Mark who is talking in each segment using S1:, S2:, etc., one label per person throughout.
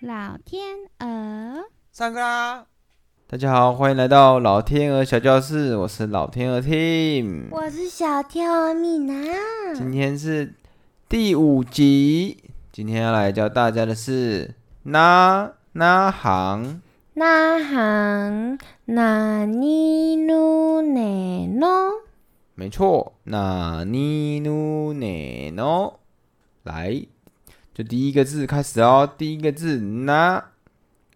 S1: 老天鹅，
S2: 上课啦！
S3: 大家好，欢迎来到老天鹅小教室，我是老天鹅 Tim，
S1: 我是小天鹅米娜。
S3: 今天是第五集，今天要来教大家的是那那行
S1: 那行那尼努内诺，
S3: 没错，那尼努内诺，来，就第一个字开始哦。第一个字那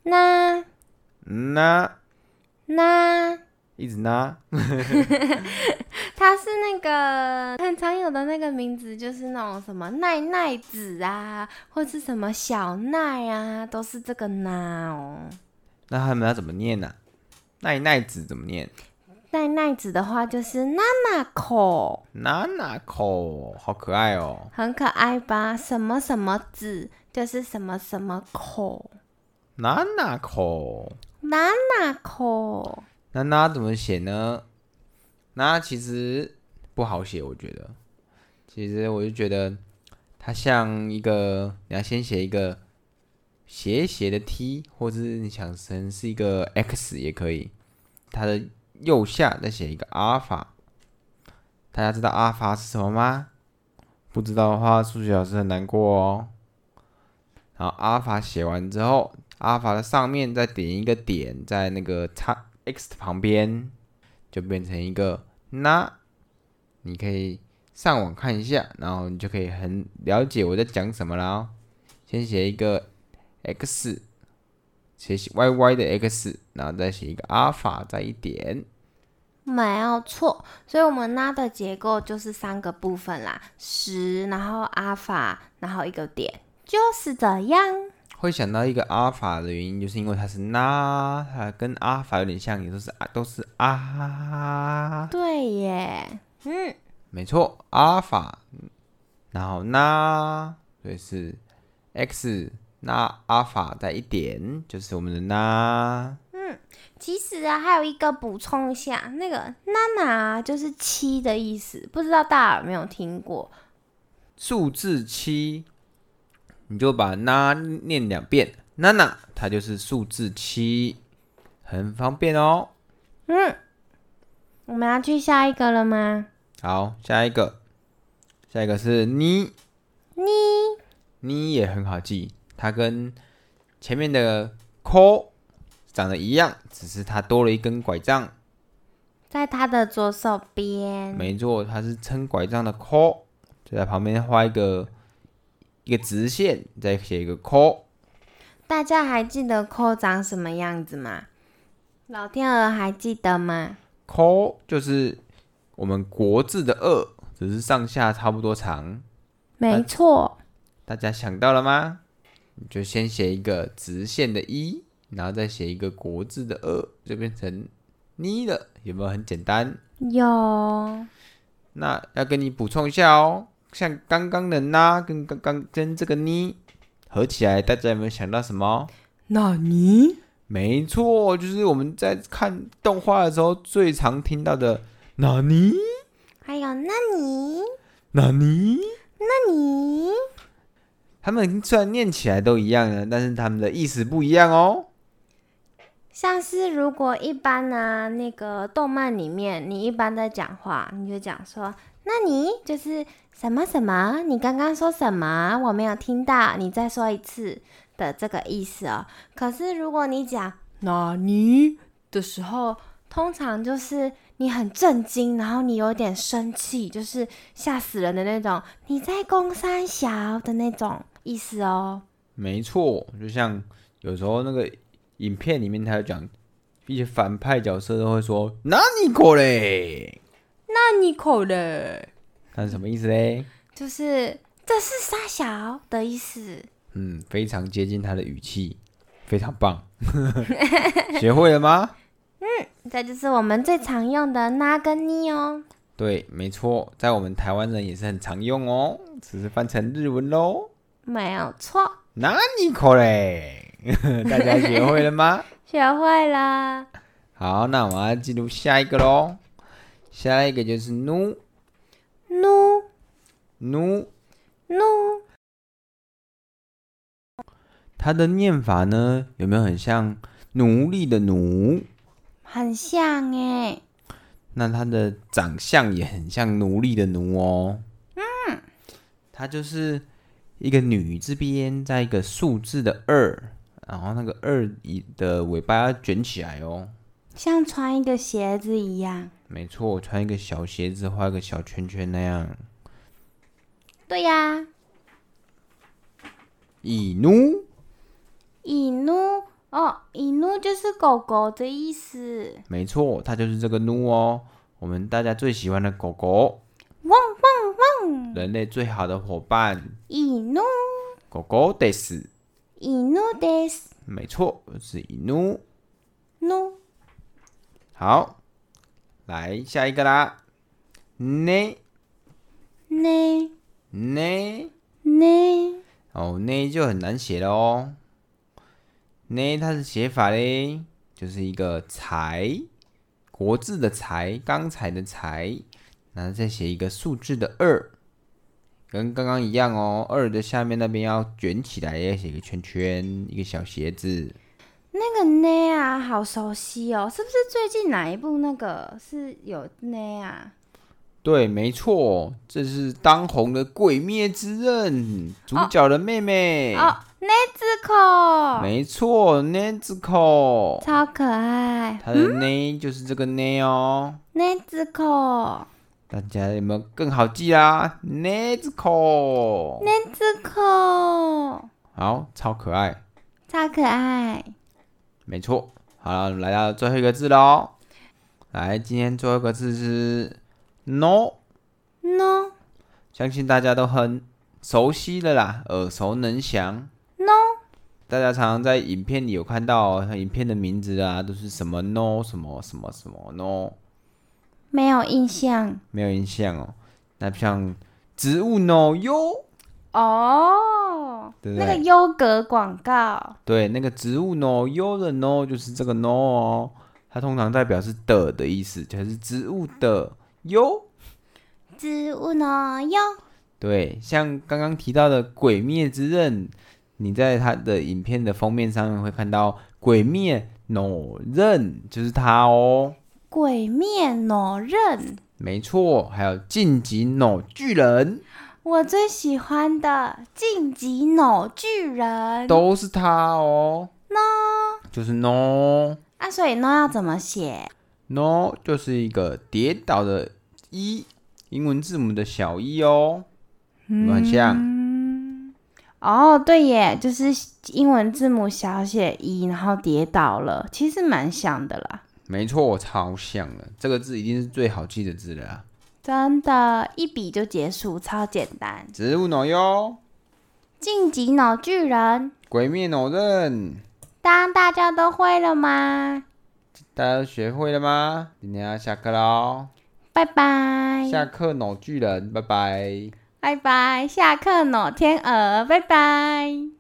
S1: 那
S3: 那，
S1: 那，
S3: 一直那，
S1: 它是那个很常有的那个名字，就是那种什么奈奈子啊，或是什么小奈啊，都是这个那哦。
S3: 那他们要怎么念呢、奈奈子怎么念？
S1: 奈奈子的话就是娜娜口，
S3: 娜娜口，好可爱哦。
S1: 很可爱吧？什么什么子就是什么什么口，
S3: 娜娜口，
S1: 娜娜口。
S3: 那那怎么写呢？那其实不好写，我觉得。其实我就觉得它像一个，你要先写一个斜斜的 T，或者是你想成是一个 X 也可以。它的右下再写一个阿尔法。大家知道阿尔法是什么吗？不知道的话，数学老师很难过哦。然后阿尔法写完之后，阿尔法的上面再点一个点，在那个叉 x 的旁边，就变成一个那。你可以上网看一下，然后你就可以很了解我在讲什么啦哦。先写一个 x，写 y y 的 x，然后再写一个阿尔法，再一点。
S1: 没有错，所以我们拉的结构就是三个部分啦，十，然后阿法，然后一个点，就是这样。
S3: 会想到一个阿尔法的原因，就是因为它是那，它跟阿尔法有点像，也都是啊，都是啊，
S1: 对耶，嗯，
S3: 没错，阿尔法，然后那，所以是 x 那阿尔法再一点，就是我们的那，
S1: 其实啊，还有一个补充一下，那个娜娜就是七的意思，不知道大家有没有听过？
S3: 数字七，你就把那念两遍，那那它就是数字七，很方便哦。
S1: 嗯，我们要去下一个了吗？
S3: 好，下一个，下一个是你，你，你也很好记，它跟前面的 “co” 长得一样，只是它多了一根拐杖。
S1: 在它的左手边，
S3: 没错，它是撑拐杖的 “co”，就在旁边画一个一个直线，再写一个 “co”。
S1: 大家还记得扣长什么样子吗？老天鹅还记得吗？
S3: “co” 就是我们国字的“二”，只是上下差不多长。
S1: 没错，
S3: 大家想到了吗？你就先写一个直线的一，然后再写一个国字的二，就变成你了，有没有很简单？
S1: 有。
S3: 那要跟你补充一下哦，像刚刚的那跟刚刚跟这个呢合起来，大家有没有想到什么？
S1: 那你
S3: 没错，就是我们在看动画的时候最常听到的“纳尼
S1: 还有哎那你
S3: 纳尼
S1: 那你”，
S3: 他们虽然念起来都一样呢，但是他们的意思不一样哦。
S1: 像是如果一般呢、那个动漫里面，你一般在讲话，你就讲说那你就是什么什么，你刚刚说什么，我没有听到，你再说一次的这个意思哦。可是如果你讲那你的时候，通常就是你很震惊，然后你有点生气，就是吓死人的那种，你在攻三小的那种意思哦。
S3: 没错，就像有时候那个影片里面，他有讲一些反派角色都会说“哪里过嘞
S1: 那你口嘞。”，
S3: 那是什么意思嘞？
S1: 就是这是沙小的意思。
S3: 嗯，非常接近他的语气，非常棒， 学会了吗？
S1: 这就是我们最常用的那跟你哦。
S3: 对，没错，在我们台湾人也是很常用哦，只是翻成日文喽。
S1: 没有错，
S3: 哪里过嘞？ 大家学会了吗？
S1: 学会了。
S3: 好，那我们要进入下一个喽。下一个就是努
S1: 努
S3: 努，
S1: 努，
S3: 它的念法呢有没有很像奴隶的奴？
S1: 很像哎，
S3: 那它的长相也很像奴隶的奴哦。嗯，它就是一个女字边在一个数字的二，然后那个二一的尾巴卷起来哦。
S1: 像穿一个鞋子一样。
S3: 没错，我穿一个小鞋子，画一个小圈圈那样。
S1: 对呀、
S3: 以奴
S1: 以奴哦，以奴就是狗狗的意思。
S3: 没错，它就是这个奴哦，我们大家最喜欢的狗狗，
S1: 汪汪，
S3: 人类最好的伙伴，
S1: 以奴
S3: 狗狗得死。
S1: 以奴 des
S3: 没错，是以奴。
S1: 奴
S3: 好，来下一个啦。呢
S1: 呢
S3: 呢
S1: 呢
S3: 哦，呢就很难写了哦。呢它的写法嘞，就是一个才，国字的才，刚才的才，然后再写一个数字的二，跟刚刚一样哦。二的下面那边要卷起来，要写一个圈圈，一个小鞋子。
S1: 那个呢啊，好熟悉哦，是不是最近哪一部那个是有呢啊？
S3: 对，没错，这是当红的《鬼灭之刃》主角的妹妹。
S1: 哦，那只口
S3: 没错 n e z u k o
S1: 超可爱，
S3: 它的 n 就是这个 n 哦。
S1: 那只口
S3: 大家有没有更好记啦 n e z u k o
S1: 那只口
S3: 好，超可爱，
S1: 超可爱，
S3: 没错。好了，来到最后一个字喽。来，今天最后一个字是 no，
S1: 喏
S3: 相信大家都很熟悉的啦，耳熟能详。
S1: 喏
S3: 大家常常在影片里有看到哦、像影片的名字啊，都是什么 no 什么什么什么 no，
S1: 没有印象
S3: 没有印象哦。那像植物 no 哟，
S1: 哦。
S3: 对不
S1: 那个
S3: 对？
S1: 优格广告
S3: 对，那个植物 no 哟的 no 就是这个 no 哦，它通常代表是的的意思，就是植物的哟。
S1: 植物呢哟，
S3: 对，像刚刚提到的《鬼灭之刃》，你在它的影片的封面上面会看到“鬼灭 no 刃”，就是它哦。
S1: 鬼灭挪刃，
S3: 没错，还有晋级 no 巨人
S1: 我最喜欢的晋级脑巨人
S3: 都是他哦。
S1: 呢
S3: 就是 no
S1: 啊，所以呢要怎么写？
S3: no 就是一个跌倒的一，英文字母的小一哦，有没有很像。
S1: 嗯，哦，对耶，就是英文字母小写一，然后跌倒了，其实蛮像的啦，
S3: 没错，超像了。这个字一定是最好记的字了啊。
S1: 真的，一笔就结束，超简单。
S3: 植物 no 哟，
S1: 晋级脑巨人，
S3: 鬼灭 no 刃，
S1: 当大家都会了吗？
S3: 大家都学会了吗？今天要下课喽，
S1: 拜拜，
S3: 下课 no 巨人，拜拜。
S1: 拜拜，下课脑天鹅，拜拜。